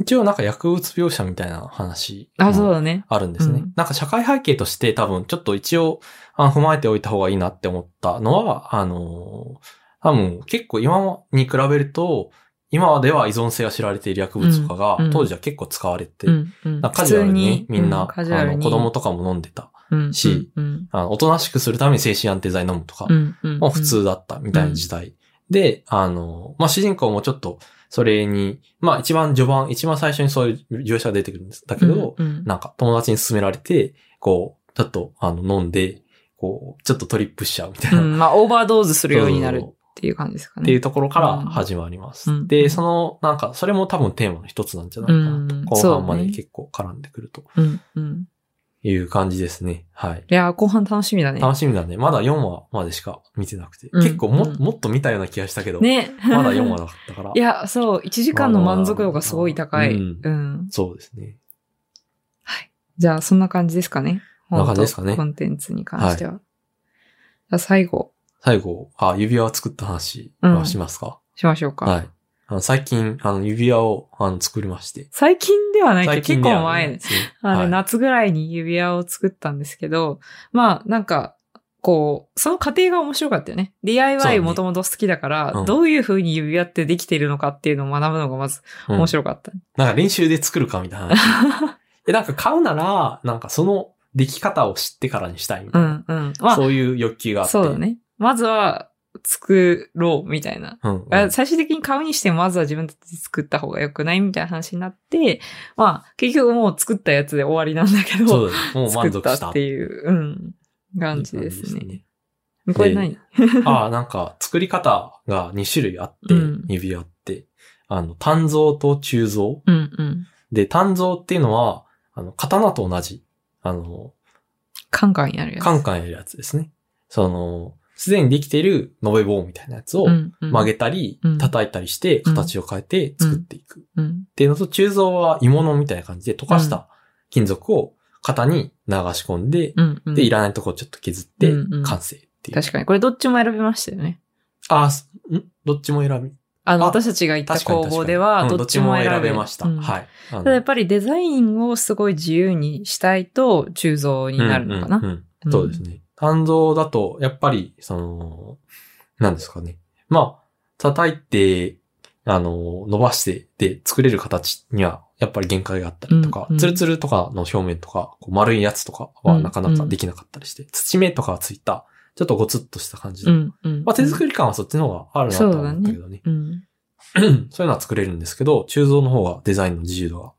一応なんか薬物描写みたいな話。
あ、そうだね。
あるんですね。
うん
なんか社会背景として多分ちょっと一応あ踏まえておいた方がいいなって思ったのは、あのー多分結構今に比べると、今までは依存性が知られている薬物とかが、
うんうん
当時は結構使われて、
うん、うん。
なんかカジュアルにね、
普通
みんな、
うカジュア
あ
ル
の
に
子供とかも飲んでた。
うん
し、
うんうん
あのおとなしくするために精神安定剤飲むとか、
うんうん
もう普通だったみたいな時代。で、あの、まあ、主人公もちょっと、それに、まあ、一番序盤、一番最初にそういう描写が出てくるんです。だけど、
うん
なんか友達に勧められて、こう、ちょっとあの飲んで、こう、ちょっとトリップしちゃうみたいうな。
ん、まあ、オーバードーズす
す
るようになるっていう感じですかね。
っていうところから始まります。
うん
で、その、なんか、それも多分テーマの一つなんじゃないかなと。
うん
後半ま
そう
で
ね
結構絡んでくると
うん、うん。
いう感じですね。はい。
いやー、後半楽しみだね。
楽しみだね。まだ4話までしか見てなくて。
うん
結構も、
うん
もっと見たような気がしたけど、
ね。
まだ4話なかったから。
いや、そう、1時間の満足度がすごい高い。
う
うんん。
そうですね。
じゃあ、そんな感じですかね。
こんな感じですかね
本当コンテンツに関しては。じゃあ、最後、
最後、あ、指輪を作った話はしますか、
しましょうか。
はい。あの最近、あの、指輪を、あの、作りまして。
最近ではないけ
最
ど、結
近で
構
は
前、
ね。
あの、
はい
夏ぐらいに指輪を作ったんですけど、まあ、なんか、こう、その過程が面白かったよね。
そうね
DIY もともと好きだから、
うん
どういう風に指輪ってできているのかっていうのを学ぶのがまず
うん
面白かった。
なんか練習で作るかみたいな話。 え、なんか買うなら、なんかその出来方を知ってからにしたいみ
う
たいな。
ん、うん。まあ、
そういう欲求があって。
そうだ。ね。まずは、作ろうみたいな。
うん、うん。
あ最終的に買うにしてもまずは自分たちで作った方が良くないみたいな話になって、まあ、結局もう作ったやつで終わりなんだけど、
そうだね。もう
作
満
っ
足したた
っていう、うん、感じですね。
いい感じ
これ何、
ですねああ、なんか作り方が2種類あって
うん、
指輪って。あの、単造と鋳造。
うんうん。
で、単造っていうのは、あの、刀と同じ。あの、
カンカンやるやつ。
カンカンやるやつですね。その、すでにできている延べ棒みたいなやつを
うんうん
曲げたり
う、ん
叩いたりして、
うん
形を変えて作っていく。
うん
っていうのと、鋳造は鋳物みたいな感じで溶かした金属を型に流し込んで、
うんうん。
で、いらないとこをちょっと削って
うんうん、
完成っていう。
確かに。これどっちも選びましたよね。
ああ、すんどっちも選び。
あの、
あ
私たちが行った
確かに確
工
かに。
房では、
うん
どっちも選べ,、
べました。
うん
はい。あの
ただやっぱりデザインをすごい自由にしたいと、鋳造になるのかな。
うんうんうんそうですね。単造だと、やっぱり、その、なんですかね。まあ、叩いて、あの、伸ばして、で、作れる形には、やっぱり限界があったりとか
うんう、ん
ツルツルとかの表面とか、こう丸いやつとかはなかな
うんう
か
ん
できなかったりして、土目とかはついた、ちょっとゴツッとした感じ
う
の。
んうん。
まあ、手作り感はそっちの方があるなとは思ったけどね。
うん。
そういうのは作れるんですけど、鋳造の方がデザインの自由度が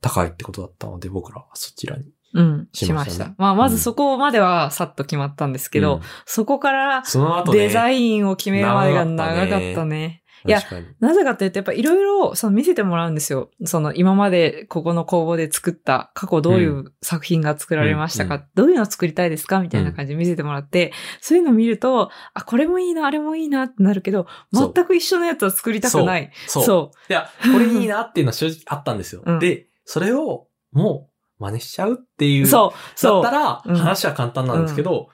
高いってことだったので、僕らはそちらに。
うん。
し
し
ま
ま
し
した
ね
た。まあ、ま
うん
ずそこまではさっと決まったんですけど、
うん、
そこから
その後ね、
デザインを決めるまでが長かったね。いや
確かに。
なぜかというと、やっぱいろいろその見せてもらうんですよ。その今までここの工房で作った過去どういう作品が作られましたか、
うん
どういうのを作りたいですかみたいな感じで見せてもらって、そういうのを見ると、あ、これもいいな、あれもいいなってなるけど、
そう
全く一緒のやつは作りたくない。
そう。
そ
いや、これいいなっていうのは正直あったんですよ。
うん。
で、それをもう真似しちゃうっていうう。
そう。
だ
そ
った
う。
ら
うん
話は簡単なんですけど、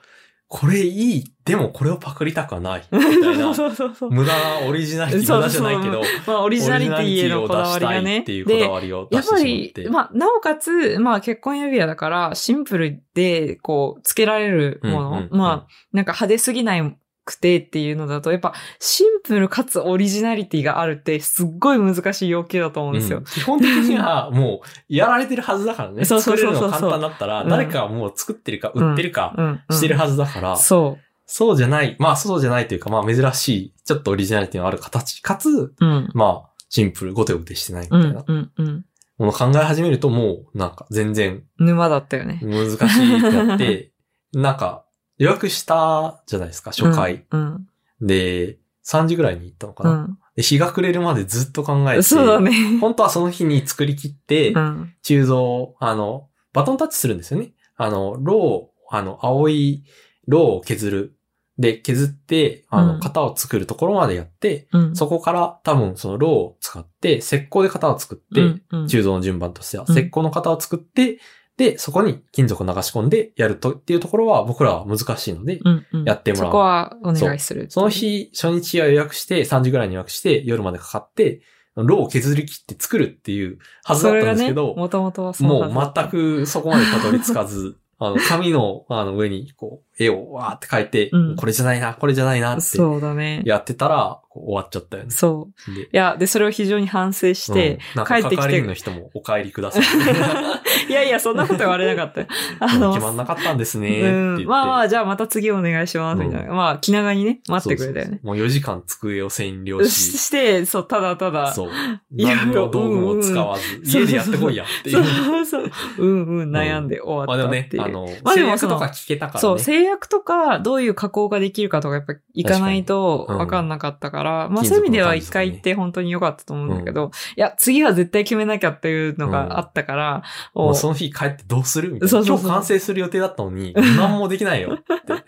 これいい、でもこれをパクりたくはない、みたい な。
そうそうそう。
無駄、オリジナリティ、
そう
無駄じゃないけど、
まあ、オ
オ
リジナリティへのこだわり
リ
がね。
ジナリティを出したいっていうこ
で
だわりを
や
出
っ
して
ぱ
しまっ
り
て。、
まあ、なおかつ、まあ、結婚指輪だから、シンプルで、こう、つけられるもの、
うんうんうん
まあ、なんか派手すぎないくてっていうのだと、やっぱ、シンプルかつオリジナリティがあるって、すっごい難しい要求だと思うんです
う
よ
ん。基本的には、もう、やられてるはずだからね。
そうそう
作れ
そ
る
うそう
のが簡単だったら、
うん
誰かがもう作ってるか、売ってるか、
うん。うん
してるはずだから、
そ
そうじゃない、まあそうじゃないというか、まあ珍しい、ちょっとオリジナリティのある形、かつ、
う。うん。
まあ、シンプル、ごてごてしてないみ
う
たい
ん
な。
うんうん。
ものを考え始めると、もう、なんか、全然、
沼だったよね。
難しいってな って、なんか、予約したじゃないですか、初回。
うん。
で、3時ぐらいに行ったのか
う
な。
ん。
で日が暮れるまでずっと考えて、
そうだね。
本当はその日に作り切って、
うん。
鋳造、あの、バトンタッチするんですよね。あの、ロを、あの、青いロを削る。で、削って、あ
うん
の、型を作るところまでやって、
うん。
そこから多分そのロを使って、石膏で型を作って、
うんうん
鋳造の順番としては、
うん
石膏の型を作って、で、そこに金属を流し込んでやるとっていうところは僕らは難しいので、
うんうん
やってもらう
そこはお願いする。
その日、初日は予約して、3時ぐらいに予約して、夜までかかって、ロを削り切って作るっていうはずだったんですけど、
もともとはそ
も
のはずだ
う
った
全くそこまでたどり着か ず、あの、紙の、あの、上に、こう、絵をわーって描いて、
うん
これじゃないな、これじゃないなって、
そうだね。
やってたら、こう終わっちゃったよね。
そう。
で
いや、で、それを非常に反省して、
うんなん
帰っ
か
てきて
係員の人もお帰りください。
いやいや、そんなこと言われなかったよ。あ
決
の、
まんなかったんです
う
ね、って言っ
ん
て。、
まあまあ、じゃあまた次お願いします、みたいな。まあ、気長にね、待ってくれた
そ
よね。
うそうそうもう4時間机を占領
し
し、
して、そう、ただただ、
そ
そ
う。
いや
何の道具も使わず、
うんうん
家でやってこいやっていう。
うそう、うんうん、悩んで終
ま
わ
あで
っ
も
たっ
ね
て、いう。
あの、
まあで
制
も
約
そ
と
の
か聞けたから
そう、
ね。
制約とか、どういう加工ができるかとか、やっぱいかないと
確かにうん
わかんなかったから、まあ
金
そう
属
いう
の
意味では
感じ
一
とかね
回行って本当に良かったと思うんだけど、いや、次は絶対決めなきゃっていうのがあったから、
も
も
う
う
その日帰ってどうするみたいな。
そうそうそう
今日完成する予定だったのに、何もできないよっ て。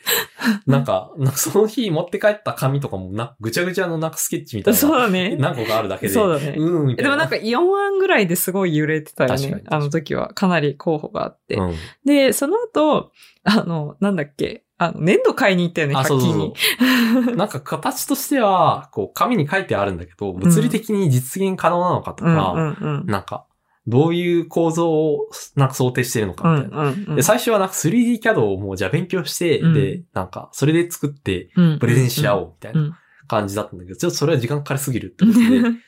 なんか、なんかその日持って帰った紙とかもな、ぐちゃぐちゃのなんかスケッチみたい
そう
な。
だね。
何個かあるだけで。
そうだね
うん、みたい
えで
な。
もなんか4案ぐらいですごい揺れてたよ
確か
ね
に。
あの時は。かなり候補があって。
うん、
で、その後、あの、なんだっけ、あの、粘土買いに行ったよね、
あ、
100
そうそう
均
そ
に。
う。なんか形としては、こう、紙に書いてあるんだけど、物理的に実現可能なのかと
うんう
か、
んうん。
なんか、どういう構造を、なんか想定してるのか
う
みた
ん
いな。
うんうん
で、最初はなんか 3D キャドをもうじゃあ勉強して、
うん
で、なんか、それで作って、
うん
プレゼンし合おうみたい
うん
な感じだったんだけど、ちょっとそれは時間かかりすぎるってことで、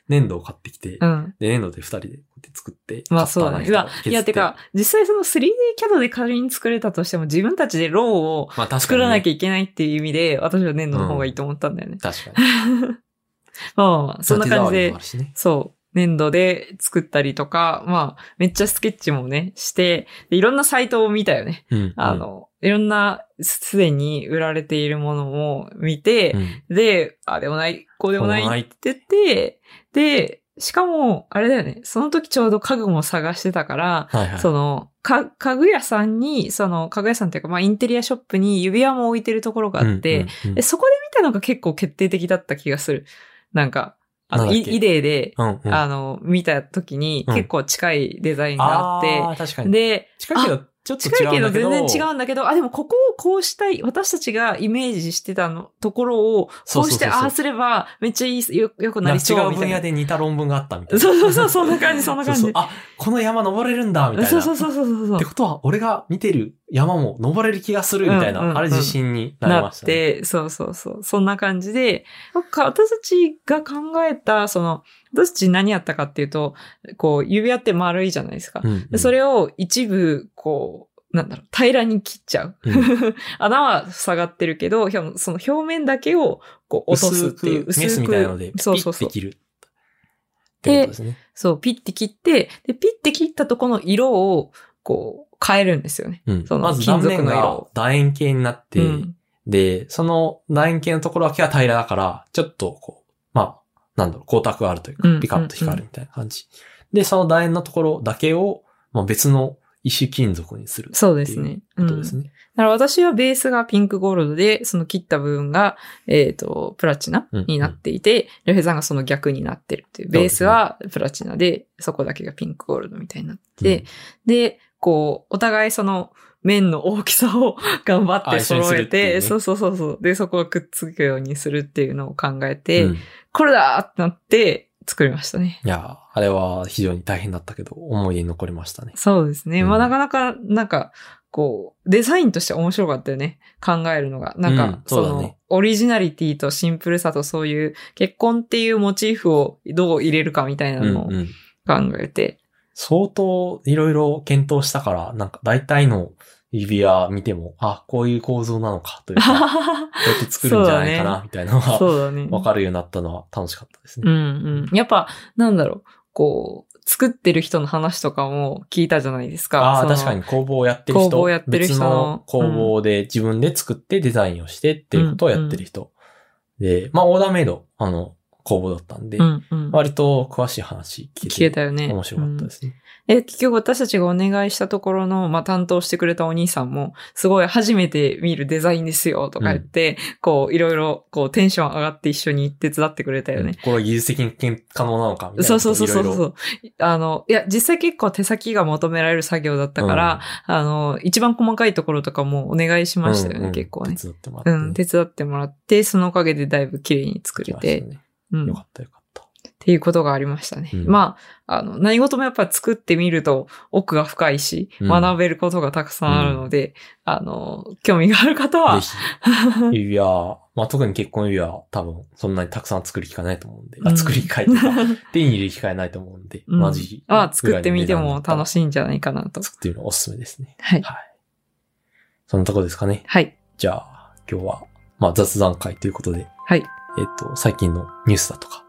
粘土を買ってきて、
うん。
で、粘土で二人でこうやって作って、
まあそうだね。う
カッターナ
わ
イフとか削っ
いや、てか、実際その 3D キャドで仮に作れたとしても、自分たちでローを
まあ確かに、
作らなき
ゃ
ゃいけないっていう意味で、私は粘土の方がいいと思ったんだよね。
確かに。
まあまあ、 そんな感
手触
じ
り
で
もあ。るしね
そう。粘土で作ったりとか、まあ、めっちゃスケッチもね、して、でいろんなサイトを見たよね。
うん
あ、の、いろんな、すでに売られているものを見て
う、ん
で、あ、でもない、こうでも
こ
な
うでもないい
ってて、で、しかも、あれだよね、その時ちょうど家具も探してたから、
はいはい。
その、か、家具屋さんに、その、家具屋さんっていうか、まあ、インテリアショップに指輪も置いてるところがあって、
うんうんうん
でそこで見たのが結構決定的だった気がする。なんか、あ
な
の、
ん
い
だっけ
イデーで、
うんうん
あの、見た時に
うん
結構近いデザインがあ
あ
って、
ー確かに。
で、
近いけど、ちょっと違
近い
うん
けど
だけど。
全然違うんだけど、あ、でもここをこうしたい、私たちがイメージしてたの、ところを、こ
そううそう
し
そ
て、
うそう
ああすれば、めっちゃいい、よ、よくな
な
り
ん
そ
か違う
うみた
分
い
野
な。
で似た論文があったみた
そ
いうな。
そうそう、そんな感じ、そんな感じ。
そうそうあ、この山登れるんだ、みたいな。
そうそうそうそうそう
って。ことは、俺が見てる山も登れる気がするみたいな、
うんうんうん
あれ自信になり
な
ま
っ
した、ね。
て、そうそうそう。そんな感じで、なんか私たちが考えた、その、私たち何やったかっていうと、こう、指輪って丸いじゃないですか。
うんう
で
ん
それを一部、こう、なんだろう、平らに切っちゃう。
う
穴は塞がってるけど、ひょその表面だけを、こう、落とすっていう。
薄くメスみたいなので、ピ
そうそ
ッ
うそ
て
う。
切る。ってことですね。
そう、ピッて切って、で、ピッて切ったとこの色を、こう、変えるんですよね。
うん
その
まず断面
金属の
が
色
楕円形になって、
うん
で、その楕円形のところだけは平らだから、ちょっとこう、まあ、なんだろう、光沢があるというか
うん、
ピカッと光るみたいな感じ。で、その楕円のところだけを、まあ、別の石金属にする。
そうですね。う
こと
ん
ですね。
だから私はベースがピンクゴールドで、その切った部分が、えっ、と、プラチナになっていて、レフェさんがその逆になってるっていう。
そう
ベー
ですね
スはプラチナで、そこだけがピンクゴールドみたいになってて、で、こう、お互いその、面の大きさを 頑張って
あ一緒に
揃
する
え
っていう
て、
ね
そうそうそうそう。で、そこがくっつくようにするっていうのを考えて、
うん、い
これだってなって作りましたね。
や、あれは非常に大変だったけど、思い出に残りましたね。
そうですね。
うん
まあなかなか、なんか、こう、デザインとして面白かったよね。考えるのが。なんか、
うん
そ
そうだね
の、オリジナリティとシンプルさとそういう、結婚っていうモチーフをどう入れるかみたいな
うん
のを
うん。
考えて。
相当いろいろ検討したから、なんか大体の指輪見ても、あ、こういう構造なのかという か、こうやって作るんじゃないかな、みたいなのが、
そうだね。
わかるようになったのは楽しかったです
う
ね。
んうん。やっぱ、なんだろう、こう、作ってる人の話とかも聞いたじゃないですか。
あ
そ
あ、
の
確かに工房をやってる人。
工房やってる人
別の
の
工房で自分で作ってデザインをしてっていうことをやってる人。で、まあ、オーダーメイド、あの、工房だったんで、
うんうん。
割と詳しい話聞
消
け
え
て
たよね。
面白かったですね。
え、結局私たちがお願いしたところの、まあ、担当してくれたお兄さんも、すごい初めて見るデザインですよ、とか言って、こう、いろいろ、こう、テンション上がって一緒に手伝ってくれたよね。
これは技術的に可能なのかみたいな。
そうそうそうそう
い
そ
ろいろ
う。あの、いや、実際結構手先が求められる作業だったから、、あの、一番細かいところとかもお願いし
うん
ましたよね、
うんうん
結構ね。
手伝ってもらって
う
ね、
ん、手伝ってもらって、そのおかげでだいぶ綺麗に作れ
来ましてた、ね。
うん、
よ
っ
かったよかった。
ていうことがありましたね。
うん
まあ、あの、何事もやっぱ作ってみると奥が深いし、
うん
学べることがたくさんあるので、あの、興味がある方は、
ぜひ、 指輪、まあ、特に結婚指輪、多分、そんなにたくさん作る機会ないと思うんで、
う
あ
ん
作る機 会とか、手に入れる機会ないと思うんで、
うん
マジ。
まあ、作ってみても楽
し
しいんじゃないかなと。
作ってみるのおすすめですね。
はい。
そんなとこですかね。
はい。
じゃあ、今日は、まあ、雑談会ということで、
はい。
えっ、と、最近のニュースだとか、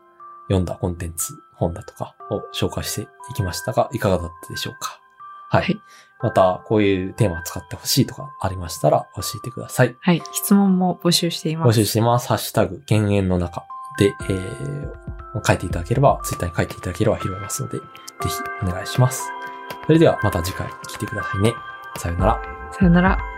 読んだコンテンツ、本だとかを紹介していきましたが、いかがだったでしょうか。はい。
はい
また、こういうテーマ使ってほしいとかありましたら教えてください。
はい。質問も募集していま
募
す。
集してます。ハッシュタグ、減塩の中で、えー、書いていただければ、ツイッターに書いていただければ拾いますので、ぜひお願いします。それではまた次回来てくださいね。さようなら。
さよなら。